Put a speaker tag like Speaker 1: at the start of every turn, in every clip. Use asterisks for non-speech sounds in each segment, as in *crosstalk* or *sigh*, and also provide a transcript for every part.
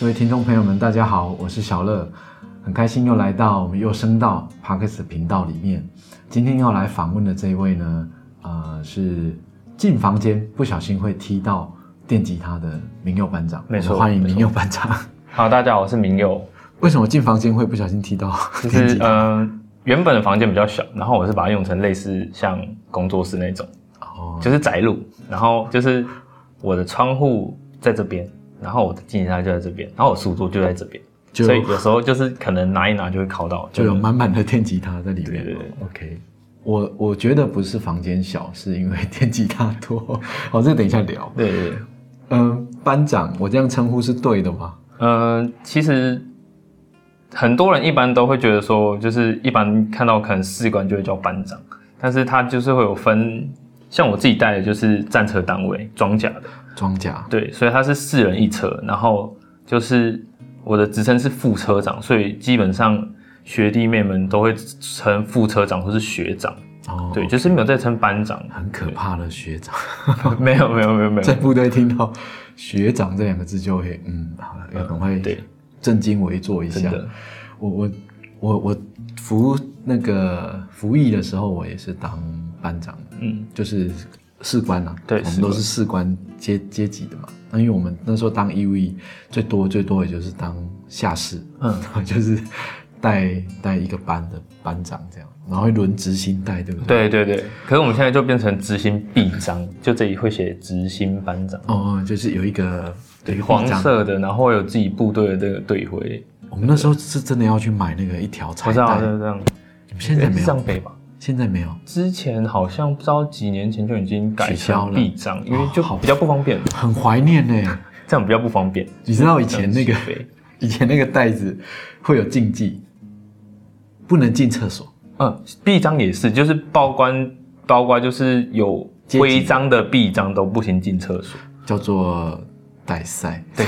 Speaker 1: 各位听众朋友们，大家好，我是小乐，很开心又来到我们又升到 Parkes 频道里面。今天要来访问的这一位呢，呃，是进房间不小心会踢到电吉他的明佑班长，
Speaker 2: 没错
Speaker 1: 我们欢迎明佑班长。
Speaker 2: 好，大家好，我是明佑。
Speaker 1: *laughs* 为什么进房间会不小心踢
Speaker 2: *laughs*
Speaker 1: 到
Speaker 2: 就
Speaker 1: 电吉
Speaker 2: 是
Speaker 1: 他？
Speaker 2: 呃，原本的房间比较小，然后我是把它用成类似像工作室那种，
Speaker 1: 哦，
Speaker 2: 就是窄路。然后就是我的窗户在这边，然后我的电吉他就在这边，然后我书桌就在这边，
Speaker 1: 就
Speaker 2: 所以有时候就是可能拿一拿就会考到，
Speaker 1: 就有满满的电吉他在里面。
Speaker 2: 对对对
Speaker 1: OK，我我觉得不是房间小，是因为电吉他多。 *laughs* 好，这个等一下聊。
Speaker 2: 对对对。
Speaker 1: 嗯、班长，我这样称呼是对的吗？
Speaker 2: 嗯，其实很多人一般都会觉得说，就是一般看到可能士官就会叫班长，但是他就是会有分，像我自己带的就是战车单位装甲的，
Speaker 1: 装甲
Speaker 2: 对，所以他是四人一车，然后就是我的职称是副车长，所以基本上学弟妹们都会称副车长或是学长，
Speaker 1: 哦，
Speaker 2: 对，，就是没有在称班长， *laughs*
Speaker 1: 很可怕的学长，
Speaker 2: 没有没有没有没有
Speaker 1: 在，部队听到“学长”这两个字就会嗯，好了，要赶快
Speaker 2: 啊对，
Speaker 1: 正襟危坐一
Speaker 2: 真
Speaker 1: 下。
Speaker 2: 的，
Speaker 1: 我我我我服那个服役的时候，我也是当班长。
Speaker 2: 嗯，
Speaker 1: 就是士官啊，
Speaker 2: 对
Speaker 1: 我们都
Speaker 2: 士官
Speaker 1: 是士官阶阶级的嘛。那因为我们那时候当义务役最多最多也就是当下士，
Speaker 2: 嗯，
Speaker 1: *laughs* 就是带带一个班的班长这样，然后会轮执行带，对不对？
Speaker 2: 对对对，可是我们现在就变成执行臂章，就这里会写执行班长，
Speaker 1: 哦，哦就是有一个有一个
Speaker 2: 黄
Speaker 1: 臂章。
Speaker 2: 色的，然后会有自己部队的这个队徽，
Speaker 1: 我们那时候是真的要去买那个一条
Speaker 2: 我
Speaker 1: 彩
Speaker 2: 知道
Speaker 1: 带，
Speaker 2: 就是这样，
Speaker 1: 现在没
Speaker 2: 上
Speaker 1: 有，
Speaker 2: 北吧。
Speaker 1: 现在没有。
Speaker 2: 之前好像不知道几年前就已经改
Speaker 1: 取消
Speaker 2: 成
Speaker 1: 了哦
Speaker 2: 臂章，因为就比较不方便，
Speaker 1: 很怀念呢，
Speaker 2: 这样比较不方便。
Speaker 1: 你知道以前那个
Speaker 2: 这样起飞
Speaker 1: *laughs* 以前那个袋子会有禁忌，不能进厕所。
Speaker 2: 嗯，臂章也是，就是包官包括就是有
Speaker 1: 阶级
Speaker 2: 徽章的臂章都不行进厕所。
Speaker 1: 叫做带塞。
Speaker 2: 对，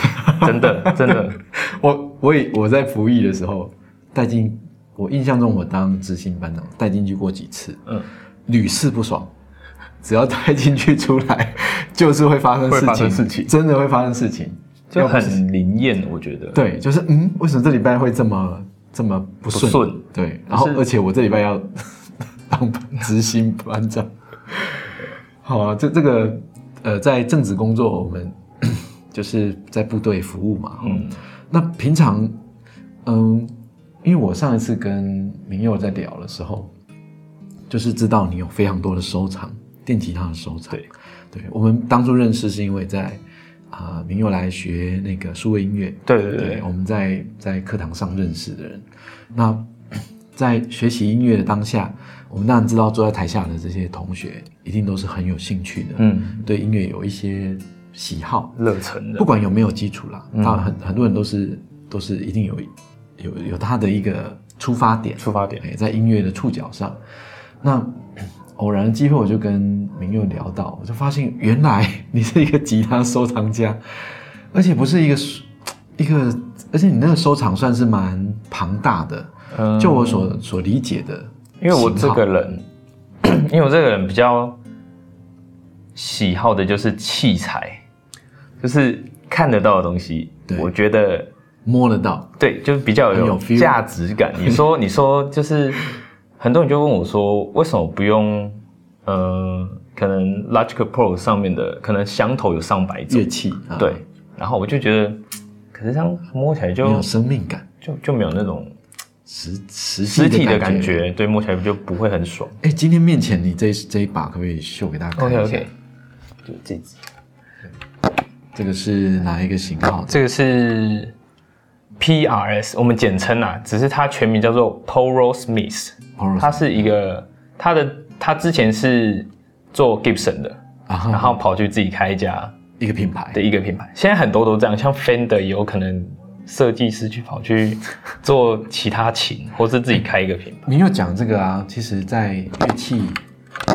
Speaker 2: 真的真 *laughs* 的，
Speaker 1: 我我也我在服役的时候带进，我印象中我当执行班长带进去过几次，
Speaker 2: 嗯，
Speaker 1: 屡试不爽。只要带进去出来， *laughs* 就是会发生事
Speaker 2: 会
Speaker 1: 情，
Speaker 2: 发生事情
Speaker 1: 真的会发生事情。
Speaker 2: 就很灵验，我觉得。
Speaker 1: 对，就是嗯，为什么这礼拜会这么这么不顺？
Speaker 2: 不顺
Speaker 1: 对，然后
Speaker 2: 就是
Speaker 1: 而且我这礼拜要 *laughs* 当执行班长。 *laughs* 好啊，这这个呃，在正职工作，我们 *coughs* 就是在部队服务嘛。
Speaker 2: 嗯，
Speaker 1: 那平常，嗯，因为我上一次跟明佑在聊的时候，就是知道你有非常多的收藏，电吉他的收藏。
Speaker 2: 对，
Speaker 1: 对我们当初认识是因为在啊、明佑来学那个数位音乐，
Speaker 2: 对对
Speaker 1: 对
Speaker 2: 对，
Speaker 1: 我们在在课堂上认识的人。那在学习音乐的当下，我们当然知道坐在台下的这些同学一定都是很有兴趣的，
Speaker 2: 嗯，
Speaker 1: 对音乐有一些喜好，
Speaker 2: 热忱的嗯
Speaker 1: 不。管有没有基础啦，那很很多人都是都是一定有有有他的一个出发点，
Speaker 2: 出发点
Speaker 1: 哎在音乐的触角上。那偶然的机会，我就跟明佑聊到，我就发现原来你是一个吉他收藏家，而且不是一个一个，而且你那个收藏算是蛮庞大的，
Speaker 2: 嗯
Speaker 1: 就我所所理解的
Speaker 2: 因为我这个人， *clears throat* 因为我这个人比较喜好的就是器材，就是看得到的东西
Speaker 1: 对。
Speaker 2: 我觉得
Speaker 1: 摸得到，
Speaker 2: 对，就是比较
Speaker 1: 很有
Speaker 2: 有
Speaker 1: feel
Speaker 2: 价值感。
Speaker 1: *laughs*
Speaker 2: 你说，你说，就是很多人就问我说，为什么不用呃，可能 Logic Pro 上面的可能响头有上百种
Speaker 1: 乐，器啊，
Speaker 2: 对，。然后我就觉得，可是这样摸起来
Speaker 1: 很
Speaker 2: 就
Speaker 1: 有生命感，
Speaker 2: 就就没有那种
Speaker 1: 实实
Speaker 2: 实体的感
Speaker 1: 感
Speaker 2: 觉，对，摸起来就不会很爽。
Speaker 1: 哎，今天面前你这一这一把可不可以秀给大家看一
Speaker 2: OK
Speaker 1: 下
Speaker 2: OK，就这只，
Speaker 1: 这个是哪一个型号的？
Speaker 2: 这个是 PRS，我们简称啊，只是它全名叫做 Poro Smith，
Speaker 1: Poro
Speaker 2: 它是一
Speaker 1: 嗯
Speaker 2: 个它的它之前是做 Gibson 的，
Speaker 1: 然
Speaker 2: 然
Speaker 1: 后
Speaker 2: 后跑去自己开一家
Speaker 1: 一个品牌
Speaker 2: 的一个品牌，现在很多都这样，像 Fender 也有可能设计师去跑去做其他琴，或是自己开一个品牌，
Speaker 1: 你有讲这个啊？其实，在乐器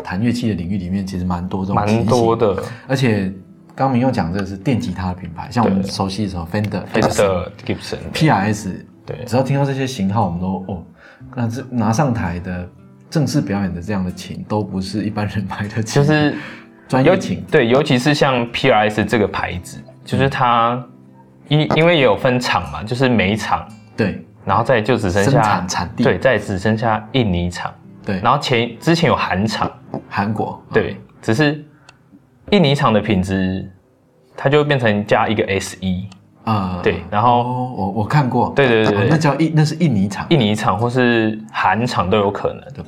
Speaker 1: 弹乐器的领域里面，其实蛮 *laughs* 多这种
Speaker 2: 蛮多
Speaker 1: 的。
Speaker 2: 的
Speaker 1: 而且刚明又讲这个是电吉他的品牌，像我们熟悉的什么 Fender、
Speaker 2: Fender Gibson，
Speaker 1: PRS，
Speaker 2: 对
Speaker 1: 只要听到这些型号，我们都哦，那这拿上台的正式表演的这样的琴，都不是一般人买得起，
Speaker 2: 就是
Speaker 1: 专
Speaker 2: 尤
Speaker 1: 业
Speaker 2: 其
Speaker 1: 琴。
Speaker 2: 对，尤其是像 PRS 这个牌子，就是它因
Speaker 1: 嗯
Speaker 2: 因为也有分厂嘛，就是煤厂，
Speaker 1: 对，
Speaker 2: 然后再就只剩
Speaker 1: 生
Speaker 2: 下
Speaker 1: 产产地
Speaker 2: 对，再只剩下印尼厂，
Speaker 1: 对嗯
Speaker 2: 然后前之前有韩厂，
Speaker 1: 韩国
Speaker 2: 对，只是印尼厂的品质，它就会变成加一个 S E，
Speaker 1: 啊、呃
Speaker 2: 对，然后
Speaker 1: 哦，我我看过，
Speaker 2: 对对对
Speaker 1: 啊
Speaker 2: 对
Speaker 1: 那叫印，那是印尼厂
Speaker 2: 印尼厂或是韩厂都有可能
Speaker 1: 的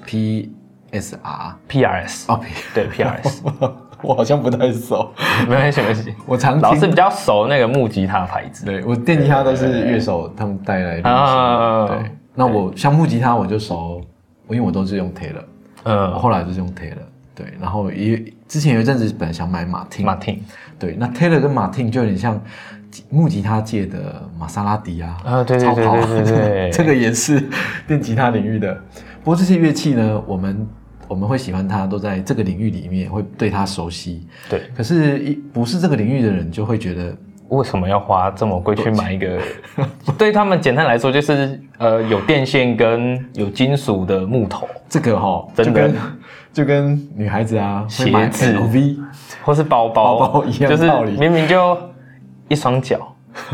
Speaker 1: PSR
Speaker 2: P R S，
Speaker 1: 哦，P，
Speaker 2: *laughs* 对 P R S，
Speaker 1: *laughs*
Speaker 2: *laughs*
Speaker 1: 我好像不太熟，
Speaker 2: 没关系没关系，
Speaker 1: 我常
Speaker 2: 老是
Speaker 1: 听
Speaker 2: 比较熟那个木吉他牌子，
Speaker 1: 对我电吉他都是乐手他们带来的
Speaker 2: 啊
Speaker 1: 东西，对，那我像木吉他我就熟，我因为我都是用 Taylor，我
Speaker 2: 嗯，
Speaker 1: 后来就是用 Taylor，对，然后也之前有一阵子本来想买马汀，
Speaker 2: 马汀，
Speaker 1: 对，那 Taylor 跟马汀就有点像木吉他界的玛莎拉蒂啊，
Speaker 2: 啊对对
Speaker 1: 超
Speaker 2: 对
Speaker 1: 跑啊
Speaker 2: 对对
Speaker 1: *laughs*
Speaker 2: 对
Speaker 1: 这个也是电吉他领域的。不过这些乐器呢，我们我们会喜欢它，都在这个领域里面会对它熟悉。
Speaker 2: 对，
Speaker 1: 可是，一不是这个领域的人就会觉得，
Speaker 2: 为什么要花这么贵去买一个？ *laughs* 对他们简单来说就是呃有电线跟有金属的木头，
Speaker 1: 这个哈、哦，就
Speaker 2: 真的
Speaker 1: 跟就跟女孩子啊会买
Speaker 2: 鞋子
Speaker 1: LV，
Speaker 2: 或是包包，
Speaker 1: 包包一样
Speaker 2: 就是
Speaker 1: 道理
Speaker 2: 明明就一双脚，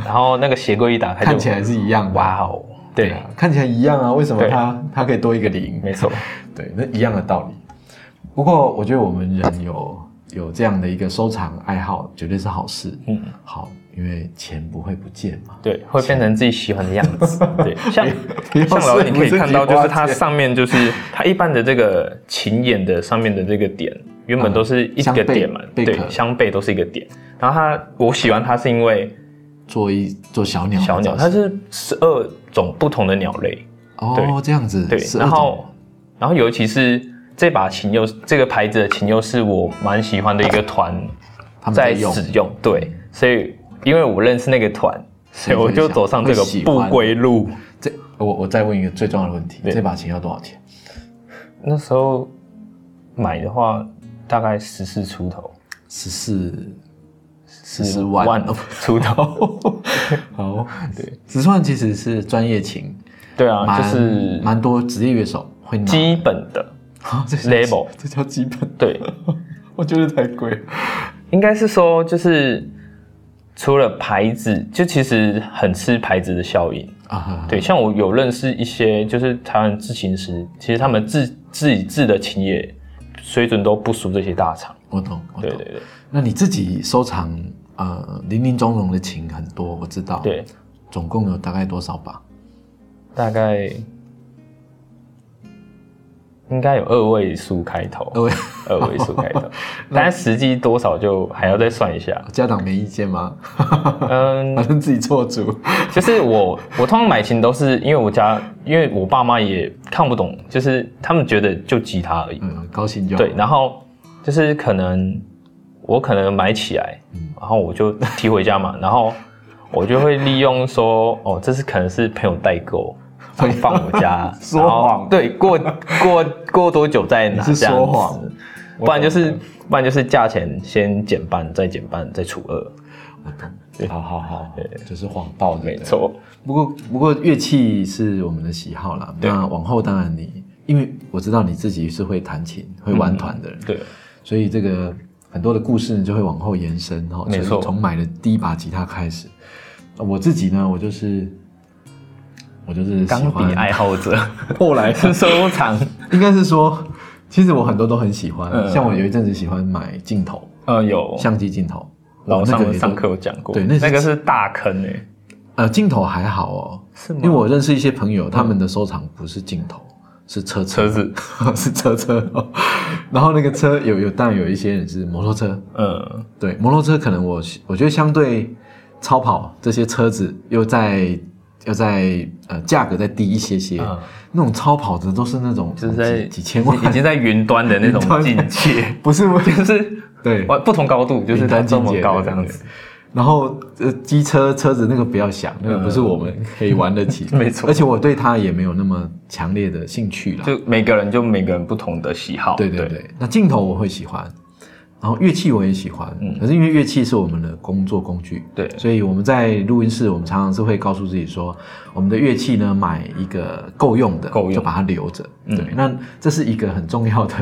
Speaker 2: 然后那个鞋柜一打开就
Speaker 1: 看起来是一样的，
Speaker 2: 哇哦，对，
Speaker 1: 啊，看起来一样啊，为什么
Speaker 2: 对
Speaker 1: 它它可以多一个零？
Speaker 2: 没
Speaker 1: *laughs*
Speaker 2: 错，
Speaker 1: 对，那一样的道理。不过我觉得我们人有有这样的一个收藏爱好，绝对是好事。
Speaker 2: 嗯，
Speaker 1: 好，因为钱不会不见嘛。
Speaker 2: 对，会变成自己喜欢的样子，对，像
Speaker 1: *laughs* 不要
Speaker 2: 像老
Speaker 1: 说
Speaker 2: 你可以
Speaker 1: 自己
Speaker 2: 看到，就
Speaker 1: 花
Speaker 2: 是它
Speaker 1: 钱
Speaker 2: 上面就是它一般的这个琴眼的上面的这个点，原本都是一
Speaker 1: 相
Speaker 2: 个
Speaker 1: 背
Speaker 2: 点嘛，
Speaker 1: 贝
Speaker 2: 对
Speaker 1: 壳，
Speaker 2: 相背都是一个点，然后它我喜欢它是因为
Speaker 1: 做一做小鸟，
Speaker 2: 小哦鸟，它是十二种不同的鸟类，
Speaker 1: 哦
Speaker 2: 对
Speaker 1: 这样子，
Speaker 2: 对，
Speaker 1: 12
Speaker 2: 然后然后尤其是这把琴又这个牌子的琴又是我蛮喜欢的一个团
Speaker 1: 他们
Speaker 2: 在
Speaker 1: 用
Speaker 2: 使用，对，所以因为我认识那个团，所以我
Speaker 1: 会
Speaker 2: 就
Speaker 1: 想
Speaker 2: 走上这个
Speaker 1: 会喜
Speaker 2: 不
Speaker 1: 欢
Speaker 2: 归路。
Speaker 1: 这我我再问一个最重要的问题，
Speaker 2: 对
Speaker 1: 这把琴要多少钱？
Speaker 2: 那时候买的话，大概十四出头，
Speaker 1: 十
Speaker 2: *laughs*
Speaker 1: 四十四万哦，
Speaker 2: 出头。
Speaker 1: 好，对，十四万其实是专业琴，
Speaker 2: 对啊，
Speaker 1: 蛮
Speaker 2: 就是
Speaker 1: 蛮多职业乐手会拿
Speaker 2: 基本的。
Speaker 1: 啊 *laughs* 这叫
Speaker 2: level
Speaker 1: 这叫基本，
Speaker 2: 对，
Speaker 1: 我觉得太贵了。
Speaker 2: 应该是说就是除了牌子，就其实很吃牌子的效应。
Speaker 1: 啊，
Speaker 2: 对，像我有认识一些就是台湾制琴师，其实他们自自己制的琴也水准都不输这些大厂。
Speaker 1: 我懂，我懂。
Speaker 2: 对对对
Speaker 1: 那你自己收藏呃林林总总的琴很多，我知道。，
Speaker 2: 对，
Speaker 1: 总共有大概多少把？
Speaker 2: 大概应该有二位数开头，
Speaker 1: 二位
Speaker 2: 二位数开 *laughs* 头，但实际多少就还要再算一下。
Speaker 1: 家长没意见吗？ *laughs*
Speaker 2: 嗯，
Speaker 1: 反正自己做主。
Speaker 2: 就是我我通常买琴都是因为我家，因为我爸妈也看不懂，就是他们觉得就吉他而已。
Speaker 1: 嗯，高兴就好。
Speaker 2: 对，然后就是可能我可能买起来，然后我就提回家嘛，然后我就会利用说，哦，这是可能是朋友代购。放放我家，
Speaker 1: *laughs* 说
Speaker 2: 然后
Speaker 1: 谎
Speaker 2: 对，过过过多久再拿，
Speaker 1: 你是
Speaker 2: 这样
Speaker 1: 说谎
Speaker 2: 子
Speaker 1: 我
Speaker 2: 不然就是
Speaker 1: 懂
Speaker 2: 不然就是价钱先减半，再减半，再除二，
Speaker 1: 哦好好好，就是谎报的。
Speaker 2: 没。错，
Speaker 1: 不过不过乐器是我们的喜好啦。
Speaker 2: 对
Speaker 1: 那往后当然你，因为我知道你自己是会弹琴、会玩团的人，
Speaker 2: 对，
Speaker 1: 所以这个很多的故事就会往后延伸哈。
Speaker 2: 没错
Speaker 1: 就是从买的第一把吉他开始。我自己呢，我就是我就是喜
Speaker 2: 钢
Speaker 1: 欢
Speaker 2: 笔爱好者，
Speaker 1: 后
Speaker 2: *laughs*
Speaker 1: 来
Speaker 2: 是收藏，
Speaker 1: 应该是说，其实我很多都很喜欢，
Speaker 2: 嗯
Speaker 1: 像我有一阵子喜欢买镜头，
Speaker 2: 呃，有，
Speaker 1: 相机镜头。
Speaker 2: 老
Speaker 1: 我
Speaker 2: 上
Speaker 1: 那个
Speaker 2: 次
Speaker 1: 也
Speaker 2: 上
Speaker 1: 都
Speaker 2: 课有讲过，
Speaker 1: 对那是
Speaker 2: 个是大坑诶，
Speaker 1: 呃，镜头还好哦，
Speaker 2: 是
Speaker 1: 因为我认识一些朋友，他们的收藏不是镜头，是车车，
Speaker 2: 车子，
Speaker 1: *laughs* 是车车、哦。然后那个车有有，当然有一些人是摩托车，
Speaker 2: 嗯，
Speaker 1: 对，摩托车可能我我觉得相对超跑这些车子又在又在呃价格再低一些些，
Speaker 2: 嗯
Speaker 1: 那种超跑的都是那种
Speaker 2: 就是在
Speaker 1: 几几千万，
Speaker 2: 已经在云端的那种
Speaker 1: 云端
Speaker 2: 境界，
Speaker 1: *laughs* 不是我
Speaker 2: *laughs* 就是
Speaker 1: 对。
Speaker 2: 哇不同高度，就是它这么高这样子，
Speaker 1: 然后呃，机车车子那个不要想，那个不是我们可以玩得起，
Speaker 2: 嗯 *laughs* 没错
Speaker 1: 而且我对它也没有那么强烈的兴趣啦。
Speaker 2: 就每个人就每个人不同的喜好，
Speaker 1: 对对对，那镜头我会喜欢，然后乐器我也喜欢，可是因为乐器是我们的工作工具，
Speaker 2: 嗯对
Speaker 1: 所以我们在录音室，我们常常是会告诉自己说，我们的乐器呢买一个够用的，
Speaker 2: 够用嗯
Speaker 1: 就把它留着。对，那这是一个
Speaker 2: *laughs* 嗯
Speaker 1: 很重要的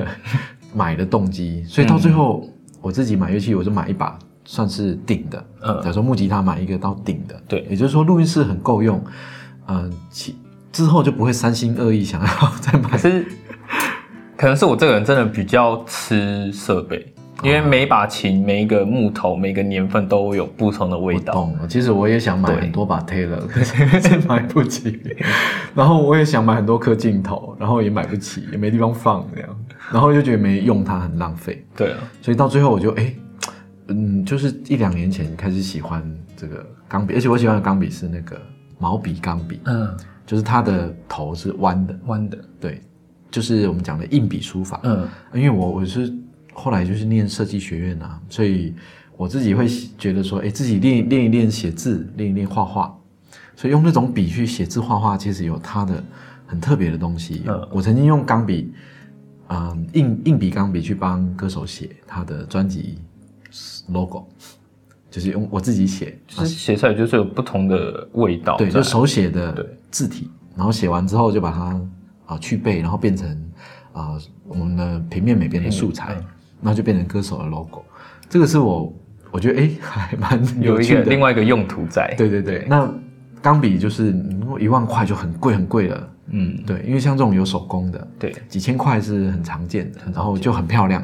Speaker 1: 买的动机，所以到最后、我自己买乐器，我就买一把算是顶的，
Speaker 2: 嗯
Speaker 1: 假如说木吉他买一个到顶的，
Speaker 2: 对
Speaker 1: 也就是说录音室很够用，嗯、其之后就不会三心二意想要 *laughs* 再买
Speaker 2: 可是可能是我这个人真的比较吃设备，因为每一把琴、每一个木头、每个年份都有不同的味道。
Speaker 1: 懂了，其实我也想买
Speaker 2: 对
Speaker 1: 很多把 Taylor，可是买不起。然后我也想买很多颗镜头，然后也买不起，也没地方放这样。然后就觉得没用它很浪费，
Speaker 2: 对啊，
Speaker 1: 所以到最后我就哎，嗯，就是一两年前开始喜欢这个钢笔，而且我喜欢的钢笔是那个毛笔钢笔，
Speaker 2: 嗯，
Speaker 1: 就是它的头是弯的，
Speaker 2: 弯的，
Speaker 1: 对，就是我们讲的硬笔书法。
Speaker 2: 嗯
Speaker 1: 因为我我是后来就是念设计学院啊，所以我自己会觉得说，哎，自己练练一练写字，练一练画画，所以用那种笔去写字画画，其实有它的很特别的东西。
Speaker 2: 嗯
Speaker 1: 我曾经用钢笔，嗯、硬硬笔钢笔去帮歌手写他的专辑 logo，就是用我自己写，
Speaker 2: 就是写出来就是有不同的味道在。
Speaker 1: 对，就手写的
Speaker 2: 对
Speaker 1: 字体，然后写完之后就把它啊、去背，然后变成啊、我们的平面美编的素材，
Speaker 2: 嗯
Speaker 1: 然后就变成歌手的 logo。这个是我我觉得诶 *laughs* 还蛮
Speaker 2: 有
Speaker 1: 有
Speaker 2: 一
Speaker 1: 趣
Speaker 2: 个
Speaker 1: 的。
Speaker 2: 另外一个用途在。
Speaker 1: 对对对，那钢笔就是一万块就很贵很贵了，
Speaker 2: 嗯，
Speaker 1: 对，因为像这种有手工的，
Speaker 2: 对，
Speaker 1: 几千块是很常见的，然后就很漂亮，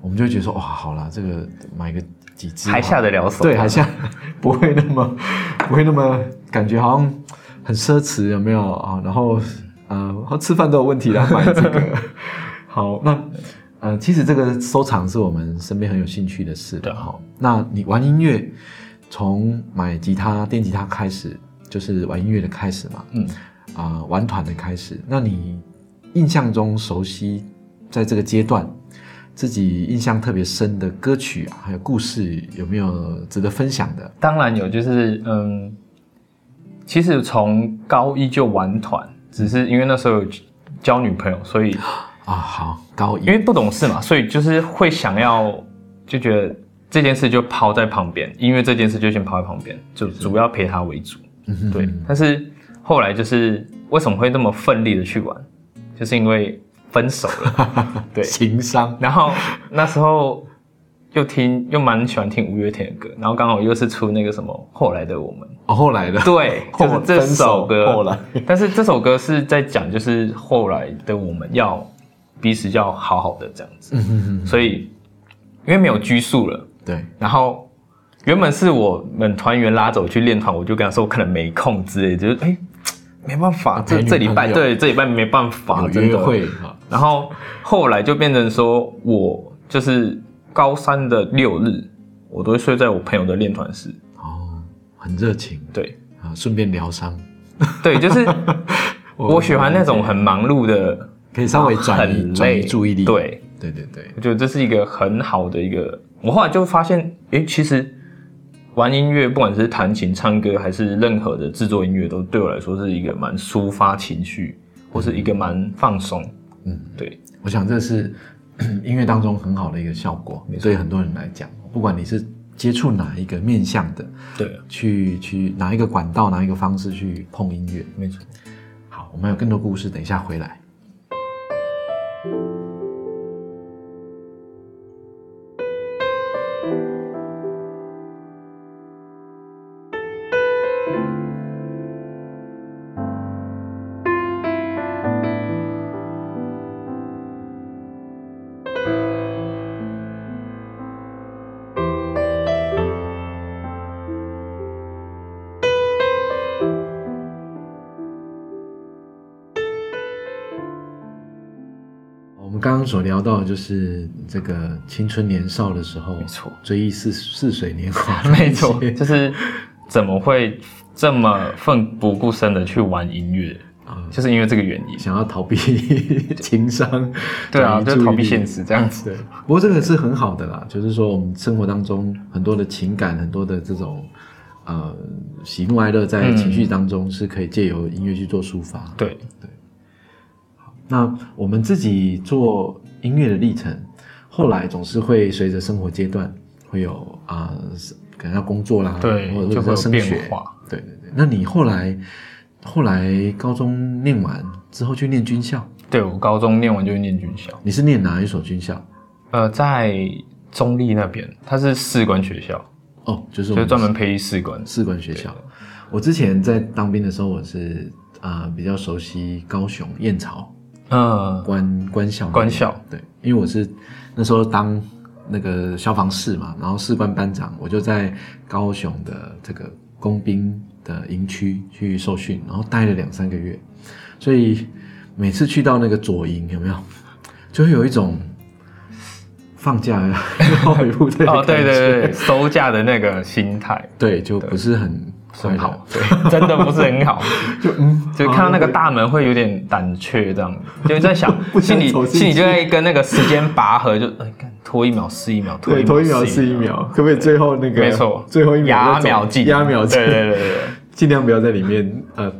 Speaker 1: 我们就会觉得说哇，好啦，这个买个几支
Speaker 2: 还
Speaker 1: 好了
Speaker 2: 下得了手。啊
Speaker 1: 对，好像不会那么 *laughs* 不会那么感觉好像很奢侈，有没有啊？然后呃，吃饭都有问题
Speaker 2: *laughs*
Speaker 1: 啦，买这个。好，那呃，其实这个收藏是我们身边很有兴趣的事
Speaker 2: 对
Speaker 1: 的
Speaker 2: 啊
Speaker 1: 哈。那你玩音乐，从买吉他、电吉他开始，就是玩音乐的开始嘛，
Speaker 2: 嗯，
Speaker 1: 啊、玩团的开始。那你印象中熟悉在这个阶段自己印象特别深的歌曲啊，还有故事，有没有值得分享的？
Speaker 2: 当然有，就是嗯，其实从高一就玩团，只是因为那时候有交女朋友，所以
Speaker 1: 啊，好，高一
Speaker 2: 因为不懂事嘛，所以就是会想要就觉得这件事就抛在旁边，音乐这件事就先抛在旁边，就主要陪他为主。
Speaker 1: 嗯哼
Speaker 2: 对，但是后来就是为什么会那么奋力的去玩，就是因为分手了。对
Speaker 1: 情商
Speaker 2: 然后那时候又听又蛮喜欢听五月天的歌，然后刚好又是出那个什么后来的我们，
Speaker 1: 哦，后来的
Speaker 2: 对，
Speaker 1: 后
Speaker 2: 就是这首歌。
Speaker 1: 后来，
Speaker 2: 但是这首歌是在讲就是后来的我们要彼此要好好的这样子，
Speaker 1: 嗯哼哼，
Speaker 2: 所以因为没有拘束了，
Speaker 1: *laughs* 对，
Speaker 2: 然后原本是我们团员拉走去练团，我就跟他说我可能没空之类，就是哎、没办法，
Speaker 1: 陪
Speaker 2: 这
Speaker 1: 女
Speaker 2: 这礼拜
Speaker 1: 朋友
Speaker 2: 对这礼拜没办法，
Speaker 1: 有
Speaker 2: 真
Speaker 1: 约
Speaker 2: 的。
Speaker 1: 会啊，
Speaker 2: 然后后来就变成说我就是高三的六日，我都会睡在我朋友的练团室。
Speaker 1: 哦，很热情
Speaker 2: 对
Speaker 1: 啊，顺便疗伤，
Speaker 2: 对，就是
Speaker 1: *laughs* 我
Speaker 2: 我喜欢那种很忙碌的，
Speaker 1: 可以稍微转移
Speaker 2: 很
Speaker 1: 转
Speaker 2: 累
Speaker 1: 移注意力，
Speaker 2: 对，
Speaker 1: 对对对，
Speaker 2: 我觉得这是一个很好的一个。我后来就发现，诶，其实玩音乐，不管是弹琴、唱歌，还是任何的制作音乐，都对我来说是一个蛮抒发情绪，或是一个蛮放松。
Speaker 1: 嗯，
Speaker 2: 对，
Speaker 1: 我想这是 *clears throat* 音乐当中很好的一个效果，对很多人来讲，不管你是接触哪一个面向的，
Speaker 2: 对，
Speaker 1: 去去哪一个管道，哪一个方式去碰音乐。
Speaker 2: 没错。
Speaker 1: 好，我们有更多故事，等一下回来。我们刚刚所聊到的就是这个青春年少的时候，
Speaker 2: 没错
Speaker 1: 追忆似似水年华，
Speaker 2: *laughs* 没错，就是怎么会这么奋不顾身的去玩音乐，
Speaker 1: 啊，
Speaker 2: 就是因为这个原因。
Speaker 1: 想要逃避情商，
Speaker 2: 对啊，
Speaker 1: 转
Speaker 2: 就
Speaker 1: 移注
Speaker 2: 是
Speaker 1: 意
Speaker 2: 逃避
Speaker 1: 力
Speaker 2: 现实这样子。
Speaker 1: 对，不过这个是很好的啦，就是说我们生活当中很多的情感，很多的这种呃喜怒哀乐，在情
Speaker 2: 嗯
Speaker 1: 绪当中是可以借由音乐去做抒发。
Speaker 2: 对，
Speaker 1: 那我们自己做音乐的历程，后来总是会随着生活阶段会有啊、是可能要工作啦，
Speaker 2: 对
Speaker 1: 或者
Speaker 2: 就
Speaker 1: 说
Speaker 2: 会有
Speaker 1: 升
Speaker 2: 变
Speaker 1: 学
Speaker 2: 化，
Speaker 1: 对对对。那你后来后来高中念完之后去念军校，
Speaker 2: 对我高中念完就念军校，
Speaker 1: 你是念哪一所军校？
Speaker 2: 呃，在中立那边，它是士官学校，
Speaker 1: 哦，就是我
Speaker 2: 就是
Speaker 1: 们
Speaker 2: 专门培士官。
Speaker 1: 士官学校。我之前在当兵的时候，我是啊、呃比较熟悉高雄燕巢
Speaker 2: 嗯，
Speaker 1: 官官校那边
Speaker 2: 官校
Speaker 1: 对，因为我是那时候当那个消防士嘛，然后士官班长，我就在高雄的这个工兵的营区去受训，然后待了两三个月，所以每次去到那个左营有没有，就会有一种放假啊 *laughs* 要回部队的
Speaker 2: 哦，对
Speaker 1: 感觉
Speaker 2: 对对，收假的那个心态，
Speaker 1: 对，就不是很快
Speaker 2: 很
Speaker 1: 乐
Speaker 2: 好，对，真的不是很好，就嗯，就看到那个大门会有点胆怯，这样就在想，
Speaker 1: *laughs* 不想
Speaker 2: 心里
Speaker 1: 走进去
Speaker 2: 心里就在跟那个时间拔河，就 *laughs* 哎，看拖一秒是一秒，
Speaker 1: 对，头一秒
Speaker 2: 是
Speaker 1: 是一，秒，可不可以最后那个？
Speaker 2: 没错，
Speaker 1: 最后一秒
Speaker 2: 压
Speaker 1: 那种
Speaker 2: 秒进，
Speaker 1: 压秒进，
Speaker 2: 对对对对对。
Speaker 1: 尽量不要在里面，呃，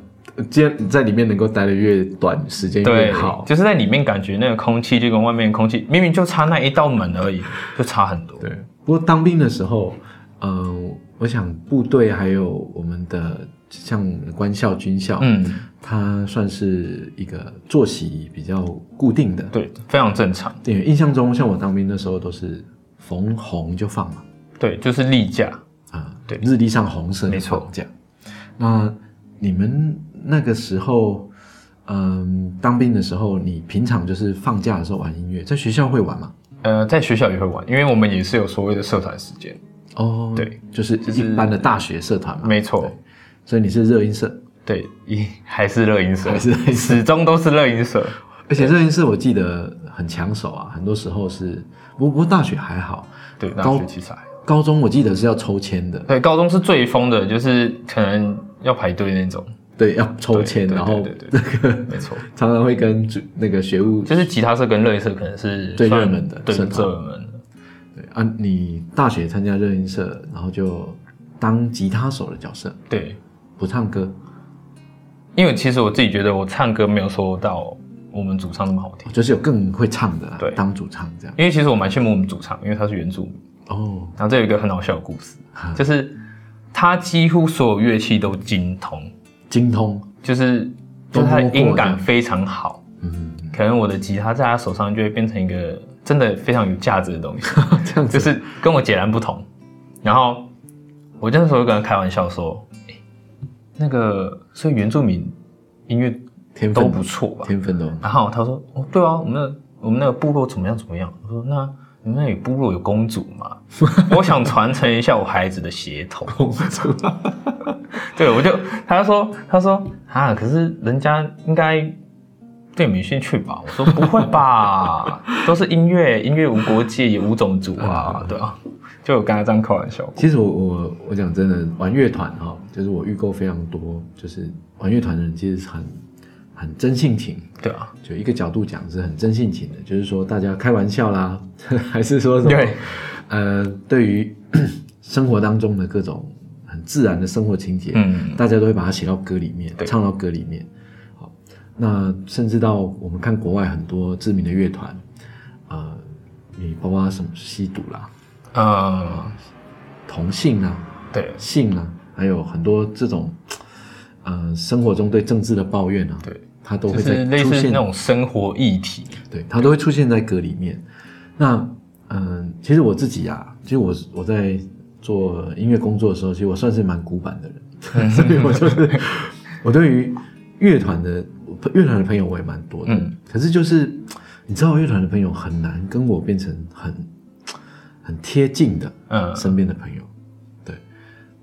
Speaker 1: 尽量在里面能够待的越短时间越
Speaker 2: 对，
Speaker 1: 好。
Speaker 2: 就是在里面感觉那个空气就跟外面的空气明明就差那一道门而已，就差很多。
Speaker 1: 对，不过当兵的时候，嗯、我想部队还有我们的像官校、军校，，
Speaker 2: 嗯，
Speaker 1: 它算是一个作息比较固定的。
Speaker 2: 对，非常正常。
Speaker 1: 对，印象中像我当兵的时候都是逢红就放嘛，
Speaker 2: 对，就是例假，
Speaker 1: 啊，
Speaker 2: 对
Speaker 1: 日历上红色的
Speaker 2: 没错
Speaker 1: 绑架。那你们那个时候，嗯，当兵的时候，你平常就是放假的时候玩音乐，在学校会玩吗？
Speaker 2: 呃，在学校也会玩，因为我们也是有所谓的社团时间。
Speaker 1: 哦，
Speaker 2: 对，
Speaker 1: 就是
Speaker 2: 是
Speaker 1: 一般的大学社团嘛。
Speaker 2: 没错
Speaker 1: 对，所以你是热音社，
Speaker 2: 对，一还是乐音社，
Speaker 1: 还是热音社
Speaker 2: 始终都是乐音社。
Speaker 1: 而且热音社我记得很抢手啊，很多时候是，不不过大学还好，
Speaker 2: 对，大
Speaker 1: 高
Speaker 2: 学器材。
Speaker 1: 高中我记得是要抽签的，
Speaker 2: 对，高中是最疯的，就是可能要排队那种。
Speaker 1: 对，要抽签，
Speaker 2: 对对
Speaker 1: 然后
Speaker 2: 对对
Speaker 1: 那
Speaker 2: 对
Speaker 1: 个
Speaker 2: 没错，
Speaker 1: 常常会跟主那个学务
Speaker 2: 就是吉他社跟乐音社可能是
Speaker 1: 最
Speaker 2: 算
Speaker 1: 热门的
Speaker 2: 对，
Speaker 1: 社团
Speaker 2: 热门的。
Speaker 1: 对啊，你大学参加热音社，然后就当吉他手的角色，
Speaker 2: 对，
Speaker 1: 不唱歌，
Speaker 2: 因为其实我自己觉得我唱歌没有说到我们主唱那么好听，
Speaker 1: 哦就是有更会唱的啦，
Speaker 2: 对
Speaker 1: 当主唱这样。
Speaker 2: 因为其实我蛮羡慕我们主唱，因为他是原住民。
Speaker 1: 哦，
Speaker 2: 然后这有一个很好笑的故事
Speaker 1: 哈，
Speaker 2: 就是他几乎所有乐器都精通，
Speaker 1: 精通，
Speaker 2: 就是
Speaker 1: 都
Speaker 2: 就是他的
Speaker 1: 摸
Speaker 2: 音
Speaker 1: 过这样
Speaker 2: 感非常好。
Speaker 1: 嗯， *laughs*
Speaker 2: 可能我的吉他在他手上就会变成一个真的非常有价值的东西，
Speaker 1: 这样
Speaker 2: 就
Speaker 1: 子
Speaker 2: 是跟我截然不同。然后我那时候就跟他开玩笑说：“哎、那个所以原住民音乐
Speaker 1: 天
Speaker 2: 都
Speaker 1: 分
Speaker 2: 不错吧？”
Speaker 1: 天分都
Speaker 2: 然后他说：“哦，对啊，我们的我们那个部落怎么样怎么样？”我说：“那你们那里部落有公主吗？ *laughs* 我想传承一下我孩子的血统。
Speaker 1: 控制。
Speaker 2: *laughs* 对，我就他说他说啊，可是人家应该对你没兴趣吧？我说不会吧，都是音乐，音乐无国界也无种族啊，对啊，就我刚才这样开玩笑。
Speaker 1: *laughs* 其实我我我讲真的，玩乐团哈、就是我遇过非常多，就是玩乐团的人其实是很很真性情，
Speaker 2: 对啊，
Speaker 1: 就一个角度讲是很真性情的，就是说大家开玩笑啦， *laughs* 还是说什么
Speaker 2: 对，
Speaker 1: 呃，对于 *coughs* 生活当中的各种很自然的生活情节，
Speaker 2: 嗯，
Speaker 1: 大家都会把它写到歌里面，
Speaker 2: 对
Speaker 1: 唱到歌里面。好，那甚至到我们看国外很多知名的乐团，呃，你包括什么吸毒啦、
Speaker 2: 嗯，
Speaker 1: 同性啦、
Speaker 2: 对
Speaker 1: 性啦，还有很多这种，呃，生活中对政治的抱怨啊，
Speaker 2: 对，
Speaker 1: 它都
Speaker 2: 就
Speaker 1: 会在
Speaker 2: 是类
Speaker 1: 出
Speaker 2: 似
Speaker 1: 现
Speaker 2: 那种生活议
Speaker 1: *laughs*
Speaker 2: 题，
Speaker 1: 对，它都会出现在歌里面。那嗯，其实我自己啊，其实我我在做音乐工作的时候，其实我算是蛮古板的人， *laughs* 所以我就是我对于乐团的我乐团的朋友我也蛮多的，
Speaker 2: 嗯
Speaker 1: 可是就是你知道乐团的朋友很难跟我变成很很贴近的
Speaker 2: 嗯，
Speaker 1: 身边的朋友，对，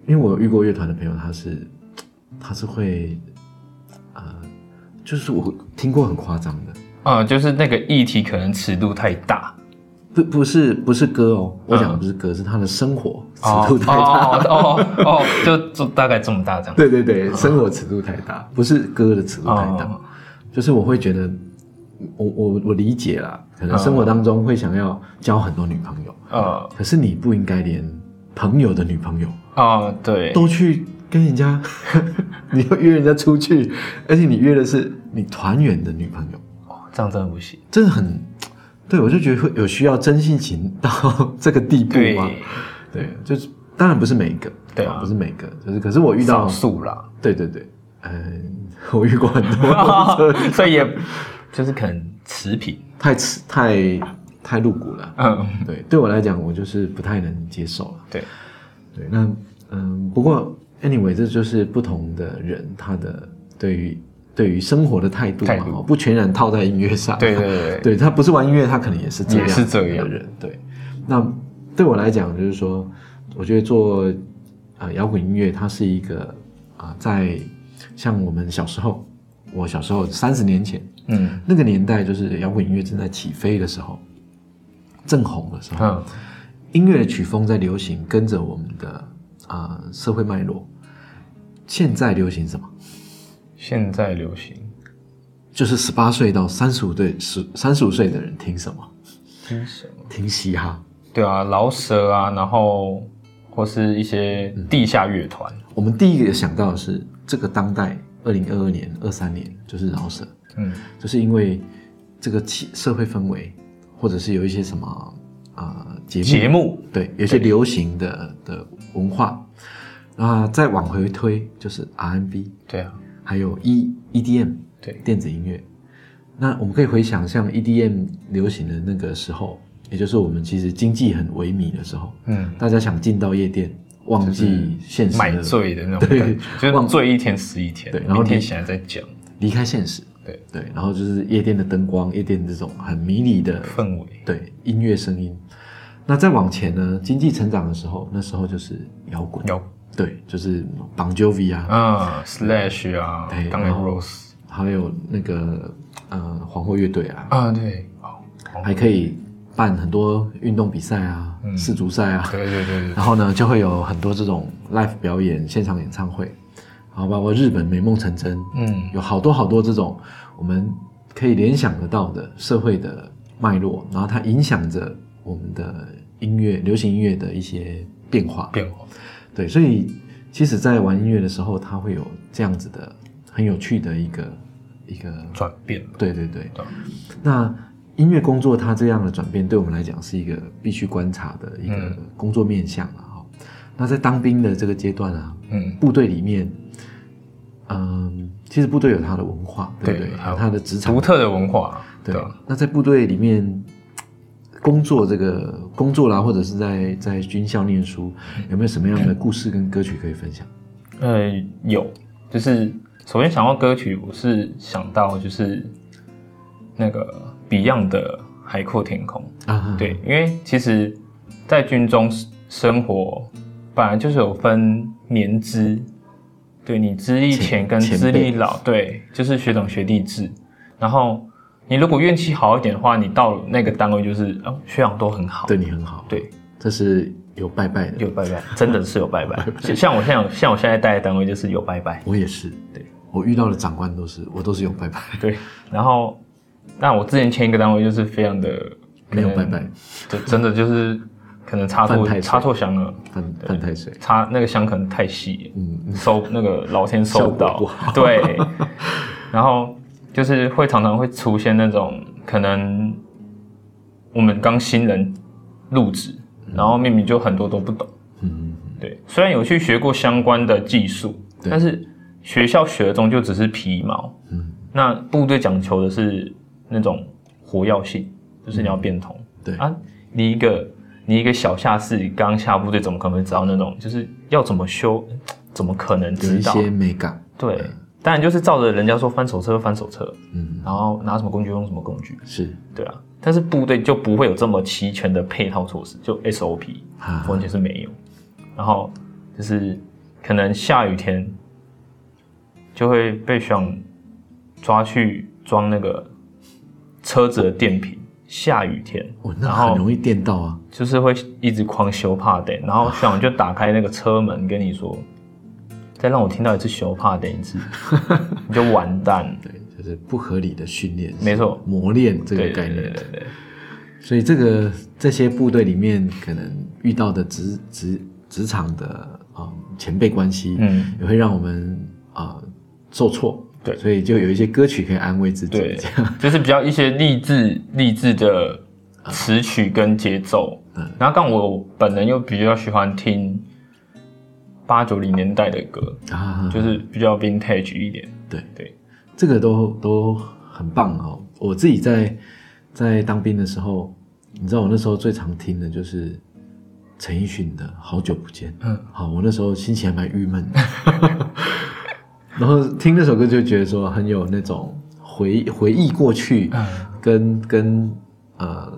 Speaker 1: 因为我有遇过乐团的朋友，他是他是会呃，就是我听过很夸张的。
Speaker 2: 啊，就是那个议题可能尺度太大，
Speaker 1: 不不是不是歌哦，我讲的
Speaker 2: 嗯
Speaker 1: 不是歌，是他的生活尺度太大。
Speaker 2: 大，哦哦哦哦，就就大概这么大这样。
Speaker 1: *laughs* 对对对，生活尺度太大，不是歌的尺度太大。
Speaker 2: 哦
Speaker 1: *laughs* 就是我会觉得，我我我理解啦，可能
Speaker 2: 嗯
Speaker 1: 生活当中会想要交很多女朋友，
Speaker 2: 呃
Speaker 1: 可是你不应该连朋友的女朋友
Speaker 2: 哦，对，
Speaker 1: 都去跟人家， *laughs* 你要约人家出去，而且你约的是你团员的女朋友，
Speaker 2: 哦这样真的不行。
Speaker 1: 真的很，对我就觉得会有需要真性情到 *laughs* 这个地步
Speaker 2: 对
Speaker 1: 吗？对，就是当然不是每一个，
Speaker 2: 对啊
Speaker 1: 不是每一个，就是可是我遇
Speaker 2: 少
Speaker 1: 到，
Speaker 2: 数 *laughs* 啦，
Speaker 1: 对对对，嗯、 *laughs* 我遇过
Speaker 2: *laughs*
Speaker 1: 很多
Speaker 2: 所以也就是可能持平。
Speaker 1: 太吃太太露骨了。
Speaker 2: 嗯，
Speaker 1: 对，对我来讲，我就是不太能接受了。
Speaker 2: 对，
Speaker 1: 对，那嗯，不过 anyway，这就是不同的人他的对于对于生活的态度
Speaker 2: 态
Speaker 1: 嘛，
Speaker 2: 度
Speaker 1: 哦不全然套在音乐上。
Speaker 2: 对对对对
Speaker 1: 对他不是玩音乐，他可能也是这样
Speaker 2: 也是这
Speaker 1: 的
Speaker 2: 样
Speaker 1: 人。对，那对我来讲，就是说，我觉得做啊摇滚音乐，它是一个啊、在像我们小时候，我小时候三十年前
Speaker 2: 嗯
Speaker 1: 那个年代，就是摇滚音乐正在起飞的时候，正红的时候，
Speaker 2: 嗯
Speaker 1: 音乐的曲风在流行，跟着我们的啊、社会脉络。现在流行什么？
Speaker 2: 现在流行
Speaker 1: 就是十八岁到三十五岁十三十五岁的人听什么？
Speaker 2: 听什么？
Speaker 1: 听嘻哈。
Speaker 2: 对啊，饶舌啊，然后或是一些地下乐团，
Speaker 1: 我们第一个想到的是这个当代二零二二年、二三年就是饶舌，
Speaker 2: 嗯
Speaker 1: 就是因为这个气社会氛围，或者是有一些什么啊、呃节目，
Speaker 2: 节目，
Speaker 1: 对，有一些流行的的文化，啊，再往回推就是 RMB，
Speaker 2: 对啊，
Speaker 1: 还有 E EDM
Speaker 2: 对
Speaker 1: 电子音乐。那我们可以回想，像 EDM 流行的那个时候，也就是我们其实经济很萎靡的时候，
Speaker 2: 嗯，
Speaker 1: 大家想进到夜店，忘记现实的
Speaker 2: 买醉的那种感觉，就是醉一天死一天，
Speaker 1: 对然后
Speaker 2: 明天
Speaker 1: 你
Speaker 2: 起来再讲
Speaker 1: 离开现实。
Speaker 2: 对
Speaker 1: 对，然后就是夜店的灯光，夜店这种很迷离的
Speaker 2: 氛围，
Speaker 1: 对音乐声音。那再往前呢，经济成长的时候，那时候就是摇滚，
Speaker 2: 有
Speaker 1: 对，就是 Bon Jovi 啊，
Speaker 2: 啊，Slash 啊
Speaker 1: 对
Speaker 2: 当然
Speaker 1: 然后
Speaker 2: Rose
Speaker 1: 还有那个呃皇后乐队啊，
Speaker 2: 啊，对，好，
Speaker 1: 还可以办很多运动比赛啊、世足赛啊，
Speaker 2: 对对对对，
Speaker 1: 然后呢就会有很多这种 live 表演、现场演唱会，然后包括日本美梦成真，
Speaker 2: *laughs* 嗯
Speaker 1: 有好多好多这种我们可以联想得到的社会的脉络，然后它影响着我们的音乐、流行音乐的一些变化。
Speaker 2: 变化，
Speaker 1: 对，所以其实，在玩音乐的时候，它会有这样子的很有趣的一个一个，
Speaker 2: 转变吧，
Speaker 1: 对对对。
Speaker 2: 对啊
Speaker 1: 那音乐工作它这样的转变，对我们来讲是一个必须观察的一
Speaker 2: 嗯
Speaker 1: 个工作面向啊。哈、那在当兵的这个阶段啊，
Speaker 2: 嗯，
Speaker 1: 部队里面，嗯，其实部队有他的文化，对不对？
Speaker 2: 对
Speaker 1: 还有他的职场
Speaker 2: 独，特的文化，
Speaker 1: 对
Speaker 2: 啊。
Speaker 1: 那在部队里面工作，这个工作啦，或者是在在军校念书，
Speaker 2: 嗯
Speaker 1: 有没有什么样的故事跟歌曲可以分享？
Speaker 2: 呃，有，就是首先想到歌曲，我是想到就是那个 Beyond 的《海阔天空》。
Speaker 1: 啊，
Speaker 2: 对，因为其实，在军中生活本来就是有分年资，对你资历
Speaker 1: 前
Speaker 2: 浅跟
Speaker 1: 前
Speaker 2: 资
Speaker 1: 辈
Speaker 2: 历老，对，就是学长学弟制。然后你如果运气好一点的话，你到那个单位就是，哦，学长都很好，
Speaker 1: 对你很好，，
Speaker 2: 对，
Speaker 1: 这是有拜拜的，
Speaker 2: 有拜拜，真的是有拜
Speaker 1: *laughs*
Speaker 2: 拜。像我现在有像我现在待的单位就是有拜拜。
Speaker 1: 我也是，
Speaker 2: 对嗯
Speaker 1: 我遇到的长官都是我都是有拜拜，
Speaker 2: 对，然后那我之前签一个单位就是非常的
Speaker 1: 没有拜，拜，
Speaker 2: 对，真的就是可能插
Speaker 1: 犯
Speaker 2: 错
Speaker 1: 太岁
Speaker 2: 插错香了，
Speaker 1: 犯犯太岁，
Speaker 2: 插那个香可能太细，
Speaker 1: 嗯，
Speaker 2: 收那个老天收不
Speaker 1: 效果不
Speaker 2: 到，对，然后就是会常常会出现那种可能我们刚新人入职，然后明明就很多都不懂，
Speaker 1: 嗯，
Speaker 2: 对，虽然有去学过相关的技术，
Speaker 1: 对
Speaker 2: 但是学校学的中就只是皮毛。
Speaker 1: 嗯
Speaker 2: 嗯，那部队讲求的是那种活跃性，就是你要变通。
Speaker 1: 嗯对
Speaker 2: 啊，你一个你一个小下士刚下部队，怎么可能会知道那种就是要怎么修？怎么可能
Speaker 1: 有
Speaker 2: 知
Speaker 1: 一
Speaker 2: 道？
Speaker 1: 些嗯美感，
Speaker 2: 对，当然就是照着人家说翻手册就翻手册，
Speaker 1: 嗯，
Speaker 2: 然后拿什么工具用什么工具，
Speaker 1: 是
Speaker 2: 对啊。但是部队就不会有这么齐全的配套措施，就 SOP。
Speaker 1: 啊，
Speaker 2: 完全是没有。然后就是可能下雨天就会被学长抓去装那个车子的电瓶，下雨天，
Speaker 1: 哦，那
Speaker 2: 然
Speaker 1: 很
Speaker 2: 后
Speaker 1: 容易电到啊，
Speaker 2: 就是会一直狂修帕灯，然后学长就打开那个车门跟你说。再让我听到一次修帕等
Speaker 1: *laughs*
Speaker 2: 一次，你就完蛋。
Speaker 1: 对，就是不合理的训练，
Speaker 2: 没错，
Speaker 1: 磨练这个
Speaker 2: 对
Speaker 1: 概
Speaker 2: 对
Speaker 1: 念
Speaker 2: 对，对对，
Speaker 1: 所以这个这些部队里面可能遇到的职职职场的嗯前辈关系，
Speaker 2: 嗯，
Speaker 1: 也会让我们啊、呃受挫，
Speaker 2: 对
Speaker 1: 所以就有一些歌曲可以安慰自己，
Speaker 2: 对
Speaker 1: 这样，
Speaker 2: 就是比较一些励志励志的词曲跟节奏。
Speaker 1: 嗯
Speaker 2: 然后，但我本人又比较喜欢听八九零年代的歌，
Speaker 1: 啊，
Speaker 2: 就是比较 vintage 一点。
Speaker 1: 对
Speaker 2: 对，
Speaker 1: 这个都都很棒哦。我自己在在当兵的时候，你知道我那时候最常听的就是陈奕迅的《好久不见》。
Speaker 2: 嗯，
Speaker 1: 好，我那时候心情还蛮郁闷
Speaker 2: *laughs*
Speaker 1: 的，然后听那首歌就觉得说很有那种回回忆过去，
Speaker 2: 嗯
Speaker 1: 跟跟呃，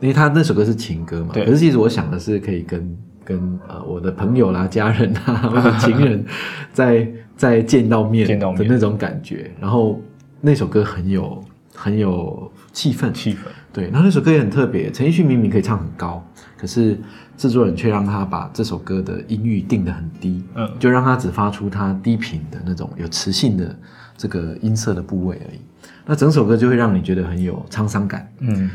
Speaker 1: 因为他那首歌是情歌嘛，
Speaker 2: 对
Speaker 1: 可是其实我想的是可以跟跟呃我的朋友啦、家人啊或
Speaker 2: *laughs*
Speaker 1: 者情人再再见到面
Speaker 2: 见到面
Speaker 1: 的那种感觉，然后那首歌很有很有气氛，
Speaker 2: 气氛。
Speaker 1: 对，然后那首歌也很特别，陈奕迅明明可以唱很高，可是制作人却让他把这首歌的音域定得很低，
Speaker 2: 嗯
Speaker 1: 就让他只发出他低频的那种有磁性的这个音色的部位而已。那整首歌就会让你觉得很有沧桑感，
Speaker 2: 嗯，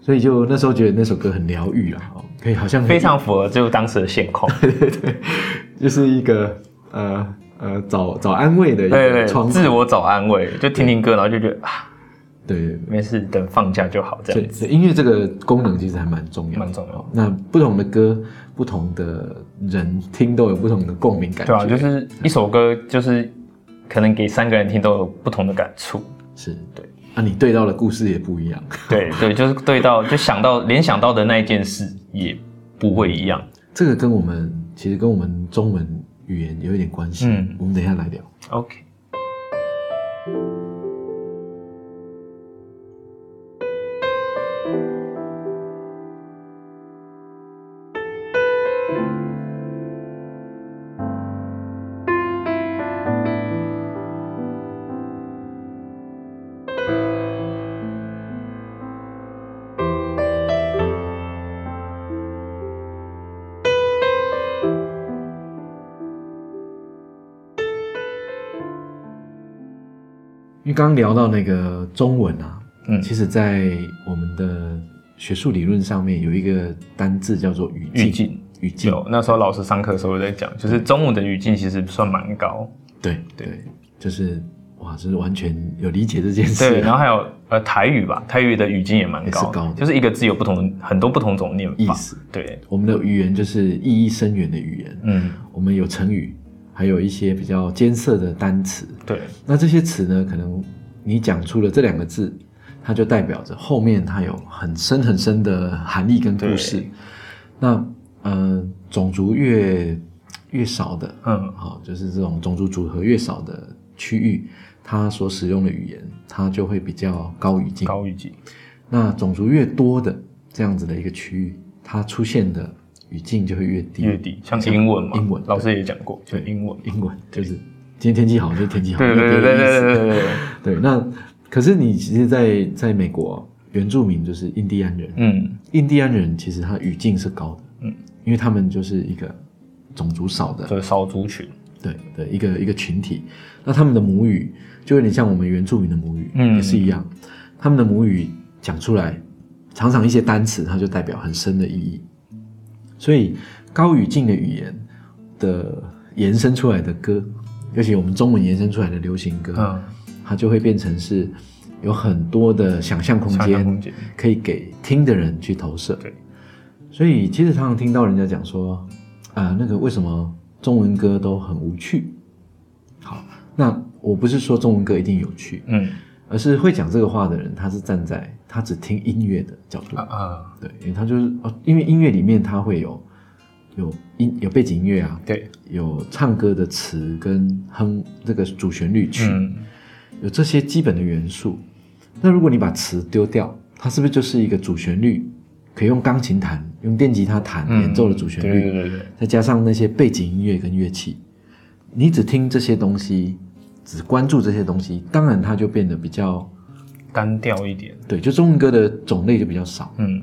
Speaker 1: 所以就那时候觉得那首歌很疗愈啊，哦可以好像
Speaker 2: 非常符合就当时的
Speaker 1: *laughs*
Speaker 2: 现况。
Speaker 1: 就是一个呃呃找找安慰的一
Speaker 2: 对
Speaker 1: 个
Speaker 2: 对
Speaker 1: 窗
Speaker 2: 对，
Speaker 1: 口，
Speaker 2: 自我找安慰，就听听歌，然后就觉得啊，
Speaker 1: 对对对
Speaker 2: 没事，等放假就好，这
Speaker 1: 所
Speaker 2: 样
Speaker 1: 以所以音乐这个功能其实还蛮重要的，
Speaker 2: 蛮重要。
Speaker 1: 那不同的歌，不同的人听都有不同的共鸣感觉，
Speaker 2: 对啊，就是一首歌，就是可能给三个人听都有不同的感触。
Speaker 1: 是对。啊，你对到的故事也不一样， *laughs*
Speaker 2: 对对，就是对到就想到联想到的那一件事也不会一样。
Speaker 1: 这个跟我们其实跟我们中文语言有一点关系。
Speaker 2: 嗯
Speaker 1: 我们等一下来聊。
Speaker 2: OK，
Speaker 1: 因为刚刚聊到那个中文啊，
Speaker 2: 嗯
Speaker 1: 其实在我们的学术理论上面有一个单字叫做语
Speaker 2: 语
Speaker 1: 境，
Speaker 2: 境
Speaker 1: 语境，
Speaker 2: 有那时候老师上课的时候有在讲，就是中午的语境其实算蛮高。
Speaker 1: 对对，就是哇，就是完全有理解这件事啊、
Speaker 2: 对，然后还有呃台语吧，台语的语境也蛮
Speaker 1: 也
Speaker 2: 高，
Speaker 1: 是高的
Speaker 2: 就是一个字有不同很多不同种念
Speaker 1: 意
Speaker 2: 法。
Speaker 1: 思，
Speaker 2: 对，
Speaker 1: 我们的语言就是意义深远的语言，
Speaker 2: 嗯，
Speaker 1: 我们有成语，还有一些比较艰涩的单词。
Speaker 2: 对，
Speaker 1: 那这些词呢，可能你讲出了这两个字，它就代表着后面它有很深很深的含义跟故事
Speaker 2: 对。
Speaker 1: 那呃，种族越越少的，
Speaker 2: 嗯
Speaker 1: 好、就是这种种族组合越少的区域，它所使用的语言，它就会比较高语境。
Speaker 2: 高语境，
Speaker 1: 那种族越多的这样子的一个区域，它出现的语境就会越低。
Speaker 2: 越低，像英文嘛，
Speaker 1: 英文
Speaker 2: 老师也讲过，就
Speaker 1: 对
Speaker 2: 英文。
Speaker 1: 英文就是今天天气好就是天气好，
Speaker 2: 对
Speaker 1: 没有
Speaker 2: 对
Speaker 1: 别的
Speaker 2: 对对
Speaker 1: 意
Speaker 2: 对
Speaker 1: 思
Speaker 2: 对对对，
Speaker 1: 对那可是你其实在，在美国原住民就是印第安人，
Speaker 2: 嗯，
Speaker 1: 印第安人其实他语境是高的，
Speaker 2: 嗯，
Speaker 1: 因为他们就是一个种族少的，
Speaker 2: 就是少族群，
Speaker 1: 对对，一个一个群体，那他们的母语就有点像我们原住民的母语，
Speaker 2: 嗯
Speaker 1: 也是一样，他们的母语讲出来，常常一些单词它就代表很深的意义，所以高语境的语言的延伸出来的歌，尤其我们中文延伸出来的流行歌，
Speaker 2: 嗯，
Speaker 1: 它就会变成是有很多的想象空
Speaker 2: 想象空
Speaker 1: 间，
Speaker 2: 间，
Speaker 1: 可以给听的人去投射。
Speaker 2: 对，
Speaker 1: 所以其实常常听到人家讲说，啊、那个为什么中文歌都很无趣？好，那我不是说中文歌一定有趣，
Speaker 2: 嗯
Speaker 1: 而是会讲这个话的人，他是站在他只听音乐的角度，
Speaker 2: 啊啊，
Speaker 1: 对，因为他就是哦，因为音乐里面它会有有音有背景音乐啊，
Speaker 2: 对，
Speaker 1: 有唱歌的词跟哼这个主旋律曲，
Speaker 2: 嗯，
Speaker 1: 有这些基本的元素。那如果你把词丢掉，它是不是就是一个主旋律？可以用钢琴弹、用电吉他弹
Speaker 2: 嗯
Speaker 1: 演奏的主旋
Speaker 2: 对
Speaker 1: 律，
Speaker 2: 对对对，
Speaker 1: 再加上那些背景音乐跟乐器，你只听这些东西，只关注这些东西，当然它就变得比较
Speaker 2: 单调一点，
Speaker 1: 对，就中文歌的种类就比较少。
Speaker 2: 嗯，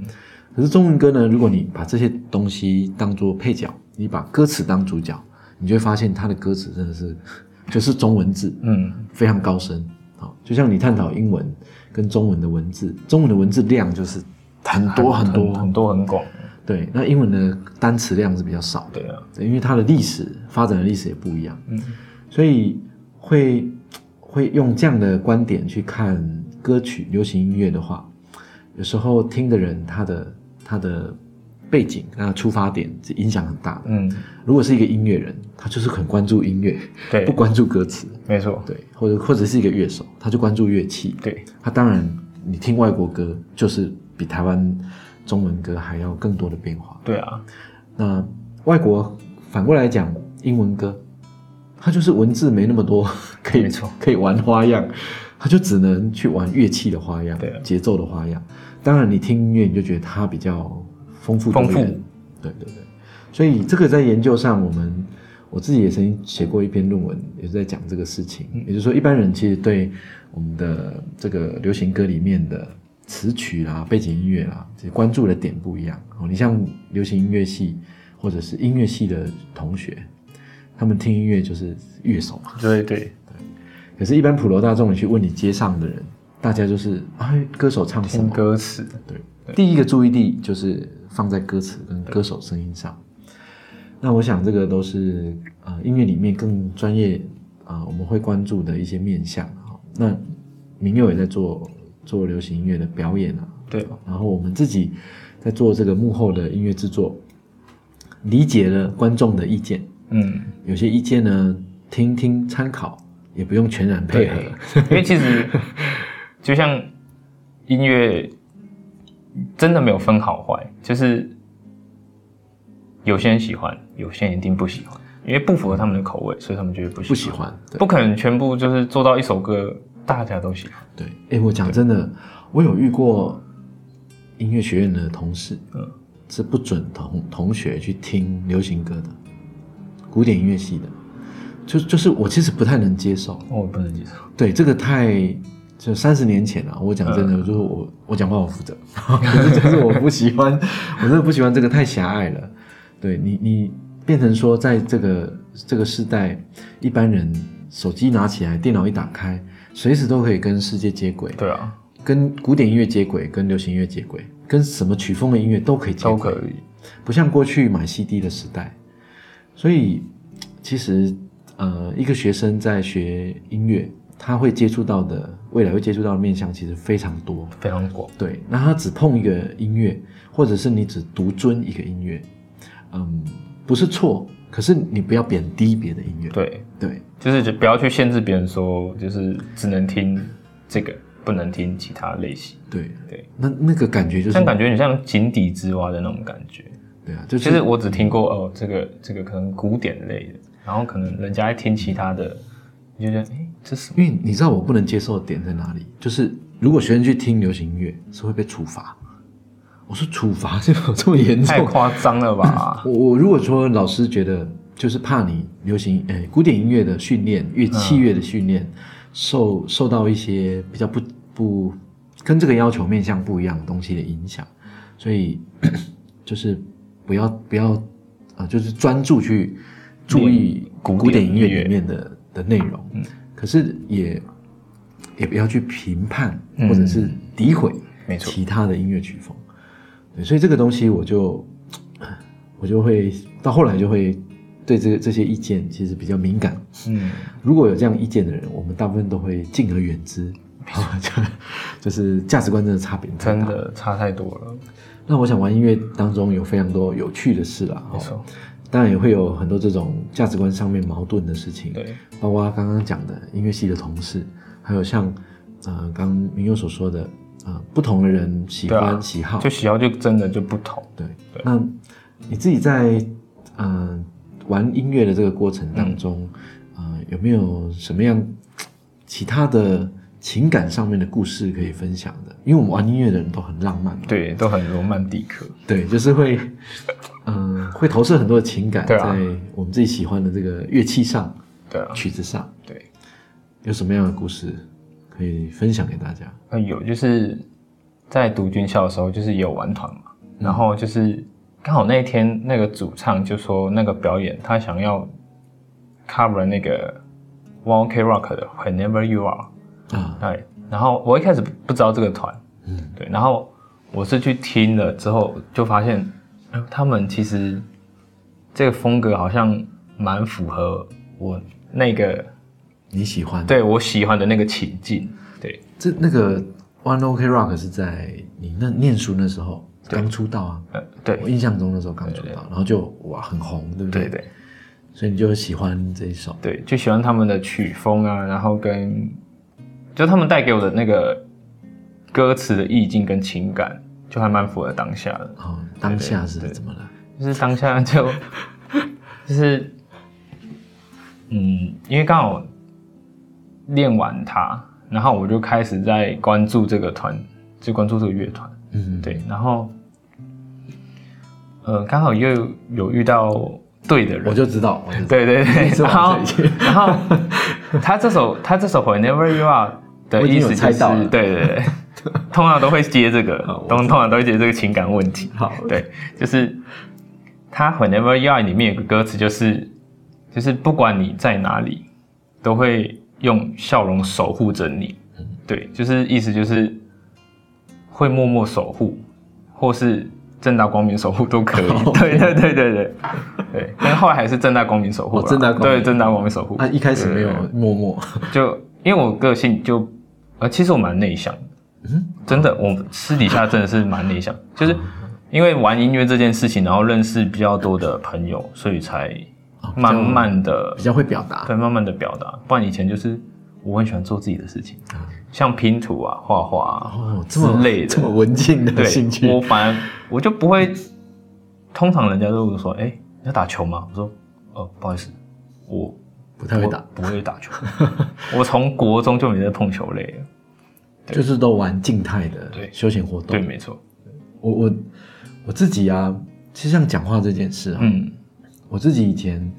Speaker 1: 可是中文歌呢，如果你把这些东西当做配角，你把歌词当主角，你就会发现它的歌词真的是就是中文字，
Speaker 2: 嗯，
Speaker 1: 非常高深。好，就像你探讨英文跟中文的文字，中文的文字量就是很多很多，
Speaker 2: 很多很广，
Speaker 1: 对，那英文的单词量是比较少的，
Speaker 2: 对啊，
Speaker 1: 因为它的历史发展的历史也不一样，
Speaker 2: 嗯，
Speaker 1: 所以会会用这样的观点去看歌曲、流行音乐的话，有时候听的人他的他的背景、他的出发点是影响很大的。
Speaker 2: 嗯，
Speaker 1: 如果是一个音乐人，他就是很关注音乐，
Speaker 2: 对
Speaker 1: 不，关注歌词，
Speaker 2: 没错，
Speaker 1: 对，或者或者是一个乐手，他就关注乐器，
Speaker 2: 对，
Speaker 1: 他当然你听外国歌就是比台湾中文歌还要更多的变化。
Speaker 2: 对啊，
Speaker 1: 那外国反过来讲，英文歌，它就是文字没那么多， *laughs* 可以
Speaker 2: 没错
Speaker 1: 可以玩花样，它就只能去玩乐器的花样，
Speaker 2: 对啊
Speaker 1: 节奏的花样。当然，你听音乐你就觉得它比较丰富多元
Speaker 2: 丰富
Speaker 1: 对对对。所以这个在研究上，我们我自己也曾经写过一篇论文，也是在讲这个事情。
Speaker 2: 嗯
Speaker 1: 也就是说，一般人其实对我们的这个流行歌里面的词曲啦、背景音乐啦，其实关注的点不一样。哦，你像流行音乐系或者是音乐系的同学，他们听音乐就是乐手嘛。
Speaker 2: 对对，
Speaker 1: 可是，一般普罗大众，你去问你街上的人，大家就是啊，歌手唱什
Speaker 2: 听
Speaker 1: 么？
Speaker 2: 歌词，
Speaker 1: 对，第一个注意力就是放在歌词跟歌手声音上。那我想这个都是呃音乐里面更专业啊、呃我们会关注的一些面向哈。那明佑也在做做流行音乐的表演啊，
Speaker 2: 对，
Speaker 1: 然后我们自己在做这个幕后的音乐制作，理解了观众的意见，
Speaker 2: 嗯，
Speaker 1: 有些意见呢听听参考，也不用全然配合。
Speaker 2: 因为其实就像音乐真的没有分好坏，就是有些人喜欢，有些人一定不喜欢，因为不符合他们的口味，所以他们觉得不喜
Speaker 1: 不
Speaker 2: 欢。
Speaker 1: 喜欢，对
Speaker 2: 不可能全部就是做到一首歌大家都喜欢。
Speaker 1: 对，哎，我讲真的，我有遇过音乐学院的同事，
Speaker 2: 嗯
Speaker 1: 是不准同同学去听流行歌的，古典音乐系的，就就是我其实不太能接受，
Speaker 2: 我不能接受。
Speaker 1: 对，这个太就三十年前了、我讲真的，就是我我讲话我负责， *laughs* 可是就是我不喜欢，我真的不喜欢这个太狭隘了。对你，你变成说，在这个这个时代，一般人手机拿起来，电脑一打开，随时都可以跟世界接轨，
Speaker 2: 对啊，
Speaker 1: 跟古典音乐接轨，跟流行音乐接轨，跟什么曲风的音乐都可以接
Speaker 2: 都
Speaker 1: 轨
Speaker 2: 可。以。
Speaker 1: 不像过去买 CD 的时代。所以，其实呃，一个学生在学音乐，他会接触到的未来会接触到的面向其实非常多。
Speaker 2: 非常广。
Speaker 1: 对，那他只碰一个音乐，或者是你只独尊一个音乐，嗯，不是错，可是你不要贬低别的音乐。
Speaker 2: 对，
Speaker 1: 对
Speaker 2: 就是不要去限制别人说，就是只能听这个，不能听其他类型。
Speaker 1: 对
Speaker 2: 对，
Speaker 1: 那那个感觉就是
Speaker 2: 但感觉很像井底之蛙的那种感觉。
Speaker 1: 对啊，就
Speaker 2: 其
Speaker 1: 是
Speaker 2: 实我只听过哦，这个这个可能古典类的，然后可能人家在听其他的，你就觉得哎，诶这是什么
Speaker 1: 因为你知道我不能接受的点在哪里，就是如果学生去听流行音乐是会被处罚。我说处罚 *laughs* 是有这么严
Speaker 2: 太
Speaker 1: 重？
Speaker 2: 夸张
Speaker 1: *laughs*
Speaker 2: 了吧？
Speaker 1: 我我如果说老师觉得就是怕你流行诶、古典音乐的训练、乐器乐的训练、受受到一些比较不不跟这个要求面向不一样的东西的影响，所以 *clears throat* 就是不要不要呃，就是专注去注意
Speaker 2: 古典
Speaker 1: 古典音乐
Speaker 2: 音乐
Speaker 1: 里面的的内容，可是也也不要去评判或者是诋毁
Speaker 2: 没错
Speaker 1: 其他的音乐曲风。对，所以这个东西我就我就会到后来就会对这这些意见其实比较敏感。
Speaker 2: 嗯，
Speaker 1: 如果有这样意见的人，我们大部分都会敬而远之。啊， *laughs* 就就是价值观真的差别太
Speaker 2: 真
Speaker 1: 大。
Speaker 2: 的差太多了。
Speaker 1: 那我想玩音乐当中有非常多有趣的事啦，
Speaker 2: 没
Speaker 1: 哦
Speaker 2: 错，
Speaker 1: 当然也会有很多这种价值观上面矛盾的事情。
Speaker 2: 对，
Speaker 1: 包括刚刚讲的音乐系的同事，还有像呃刚明佑所说的呃不同的人喜
Speaker 2: 对
Speaker 1: 欢、
Speaker 2: 啊
Speaker 1: 喜好
Speaker 2: 就，喜好就真的就不同。
Speaker 1: 对，
Speaker 2: 对
Speaker 1: 那你自己在嗯、呃玩音乐的这个过程当中，
Speaker 2: 嗯
Speaker 1: 呃有没有什么样其他的情感上面的故事可以分享的？因为我们玩音乐的人都很浪漫嘛，
Speaker 2: 对，都很罗曼蒂克。
Speaker 1: 对，就是会嗯、会投射很多的情感
Speaker 2: 对
Speaker 1: 在
Speaker 2: 啊
Speaker 1: 我们自己喜欢的这个乐器上、
Speaker 2: 对啊，
Speaker 1: 曲子上。
Speaker 2: 对，
Speaker 1: 有什么样的故事可以分享给大家？
Speaker 2: 呃有就是在读军校的时候，就是也有玩团嘛，然后就是刚好那一天那个主唱就说那个表演他想要 cover 那个 One Ok Rock 的 Whenever You Are，
Speaker 1: 啊，
Speaker 2: 对，然后我一开始不知道这个团，嗯，对，然后我是去听了之后就发现，哎他们其实这个风格好像蛮符合我那个
Speaker 1: 你喜欢？，
Speaker 2: 对我喜欢的那个情境，对。
Speaker 1: 这那个 One OK Rock 是在你那念书那时候刚出道啊，
Speaker 2: 呃，对
Speaker 1: 我印象中那时候刚出道，然后就哇很红，对不
Speaker 2: 对
Speaker 1: 对？
Speaker 2: 对
Speaker 1: 所以你就喜欢这一首，
Speaker 2: 对，就喜欢他们的曲风啊，然后跟就他们带给我的那个歌词的意境跟情感，就还蛮符合当下的，
Speaker 1: 哦，当下是怎么了？
Speaker 2: 就是当下就就是嗯，因为刚好练完它，然后我就开始在关注这个团，就关注这个乐团，
Speaker 1: 嗯，
Speaker 2: 对，然后呃，刚好又有遇到对的人
Speaker 1: 我，就知道，我就知道
Speaker 2: 对
Speaker 1: *laughs*
Speaker 2: 对对，
Speaker 1: 是
Speaker 2: 然后
Speaker 1: 往这一句
Speaker 2: 然后他这首他这首 Whenever You Are 的
Speaker 1: 我已
Speaker 2: 意
Speaker 1: 经有
Speaker 2: 思就
Speaker 1: 猜
Speaker 2: 是
Speaker 1: 到了
Speaker 2: 对对
Speaker 1: *laughs*
Speaker 2: 对，通常都会接这个
Speaker 1: 好，我
Speaker 2: 通通常都会接这个情感问题。
Speaker 1: 好，
Speaker 2: 对，就是他 Whenever You Are 里面有个歌词就是就是不管你在哪里，都会用笑容守护着你。
Speaker 1: 嗯
Speaker 2: 对，就是意思就是会默默守护，或是正大光明守护都
Speaker 1: *laughs*
Speaker 2: 可以。
Speaker 1: 哦
Speaker 2: 对对对对对对，但后来还是正大光明守护
Speaker 1: 哦
Speaker 2: 啦。
Speaker 1: 正大光明啊
Speaker 2: 对正大光明守护。
Speaker 1: 他一开始没有
Speaker 2: 对对
Speaker 1: 默默，
Speaker 2: 对就因为我个性就呃，其实我蛮内向的。
Speaker 1: 嗯
Speaker 2: 真的，我私底下真的是蛮内向，就是因为玩音乐这件事情，然后认识比较多的朋友，所以才
Speaker 1: 哦比较
Speaker 2: 慢慢的
Speaker 1: 比较会表达，
Speaker 2: 对慢慢的表达。不然以前就是我很喜欢做自己的事情，像拼图啊、画画啊、
Speaker 1: 嗯哦，这
Speaker 2: 之
Speaker 1: 么
Speaker 2: 类的
Speaker 1: 这。么文静的
Speaker 2: 对，
Speaker 1: 兴趣，
Speaker 2: 我反而我就不会，通常人家都会说：“哎、你要打球吗？”我说：“呃，不好意思，我
Speaker 1: 不太会打，
Speaker 2: 不会打球， *laughs* 我从国中就没在碰球类了。
Speaker 1: 就是都玩静态的
Speaker 2: 对
Speaker 1: 休闲活”
Speaker 2: 对，
Speaker 1: 动。
Speaker 2: 没错，
Speaker 1: 我我我自己啊，其实像讲话这件事啊，
Speaker 2: 嗯，
Speaker 1: 我自己以前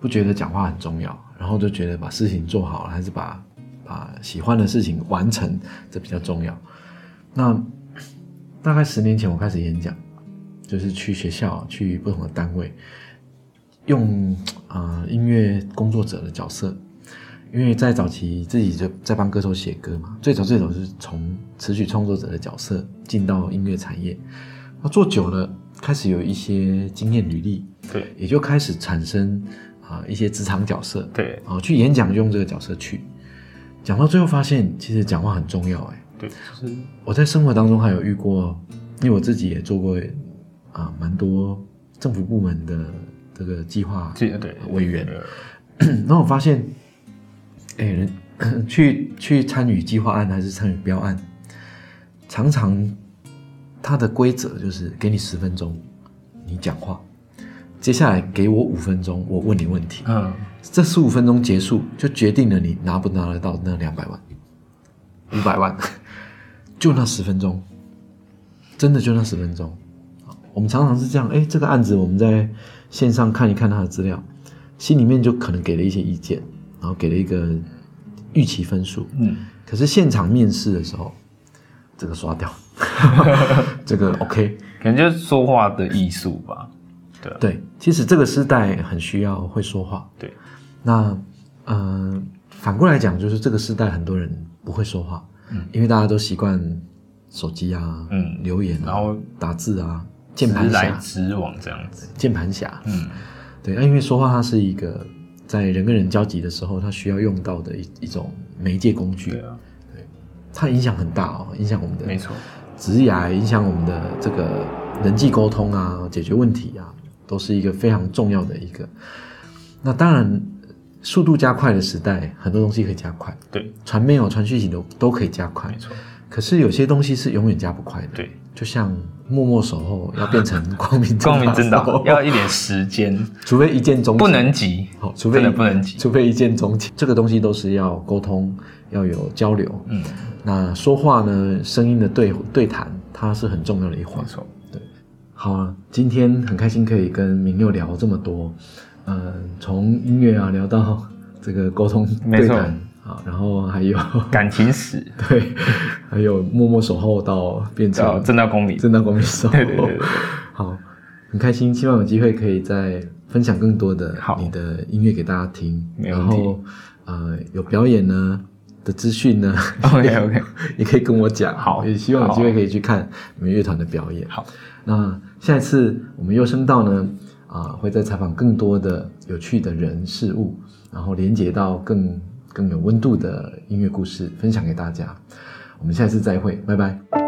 Speaker 1: 不觉得讲话很重要，然后就觉得把事情做好了，还是把把喜欢的事情完成，这比较重要。那大概十年前我开始演讲，就是去学校、去不同的单位，用啊、呃音乐工作者的角色。因为在早期自己就在帮歌手写歌嘛，最早最早是从词曲创作者的角色进到音乐产业，那做久了开始有一些经验履历，
Speaker 2: 对
Speaker 1: 也就开始产生啊、一些职场角色
Speaker 2: 对
Speaker 1: 啊、去演讲就用这个角色去。讲到最后发现，其实讲话很重要哎、
Speaker 2: 对，就是
Speaker 1: 我在生活当中还有遇过，因为我自己也做过啊、蛮多政府部门的这个计划
Speaker 2: 自己的对
Speaker 1: 委员， *clears throat* 然后我发现，哎、人 *clears throat* 去去参与计划案还是参与标案，常常它的规则就是给你十分钟，你讲话，接下来给我五分钟，我问你问题，
Speaker 2: 嗯，
Speaker 1: 这十五分钟结束就决定了你拿不拿得到那两百万、五百万， *laughs* 就那十分钟，真的就那十分钟。我们常常是这样，哎，这个案子我们在线上看一看他的资料，心里面就可能给了一些意见，然后给了一个预期分数，
Speaker 2: 嗯，
Speaker 1: 可是现场面试的时候，这个刷掉， *laughs* 这个 OK，
Speaker 2: 可能就是说话的艺术吧。啊
Speaker 1: 对，其实这个时代很需要会说话。
Speaker 2: 对，
Speaker 1: 那呃，反过来讲，就是这个时代很多人不会说话，嗯，因为大家都习惯手机啊，
Speaker 2: 嗯
Speaker 1: 留言、啊，
Speaker 2: 然后
Speaker 1: 打字啊，键
Speaker 2: 直
Speaker 1: 盘
Speaker 2: 来
Speaker 1: 侠，
Speaker 2: 直往这样子，
Speaker 1: 键盘侠，
Speaker 2: 嗯，
Speaker 1: 对，那因为说话它是一个在人跟人交集的时候，它需要用到的一一种媒介工具
Speaker 2: 对，啊，
Speaker 1: 它影响很大哦，影响我们的
Speaker 2: 没错，
Speaker 1: 职涯影响我们的这个人际沟通啊，解决问题啊，都是一个非常重要的一个。那当然，速度加快的时代，很多东西可以加快，
Speaker 2: 对，
Speaker 1: 传媒有传讯息都都可以加快
Speaker 2: 没，错，
Speaker 1: 可是有些东西是永远加不快的。
Speaker 2: 对，
Speaker 1: 就像默默守候要变
Speaker 2: *laughs*
Speaker 1: 成光明
Speaker 2: 光明正大
Speaker 1: 守候，
Speaker 2: 要一点时间，
Speaker 1: 除非一见钟情，
Speaker 2: 不能急，
Speaker 1: 好，除非
Speaker 2: 真的不能急
Speaker 1: 除非一见钟情，这个东西都是要沟通，要有交流。
Speaker 2: 嗯，
Speaker 1: 那说话呢，声音的对对谈，它是很重要的一环
Speaker 2: 没。错，
Speaker 1: 好啊，今天很开心可以跟明佑聊这么多，嗯、从音乐啊聊到这个沟通
Speaker 2: 没
Speaker 1: 对
Speaker 2: 错
Speaker 1: 谈啊，然后还有 *laughs*
Speaker 2: 感情史
Speaker 1: 对，还有默默守候到变
Speaker 2: 要
Speaker 1: 成
Speaker 2: 正大光
Speaker 1: *laughs*
Speaker 2: 明，
Speaker 1: 正当公民守候。
Speaker 2: 啊对对对对
Speaker 1: *laughs* 好，很开心，希望有机会可以再分享更多的
Speaker 2: 好
Speaker 1: 你的音乐给大家听，
Speaker 2: 没
Speaker 1: 然
Speaker 2: 问题
Speaker 1: 后呃有表演呢的资讯呢
Speaker 2: ，OK OK，
Speaker 1: *laughs* 也可以跟我讲，
Speaker 2: 好
Speaker 1: 也希望有机会可以去看你们乐团的表演。
Speaker 2: 好，
Speaker 1: 那下一次我们优声道呢，啊、会再采访更多的有趣的人事物，然后连接到更更有温度的音乐故事，分享给大家。我们下一次再会，拜拜。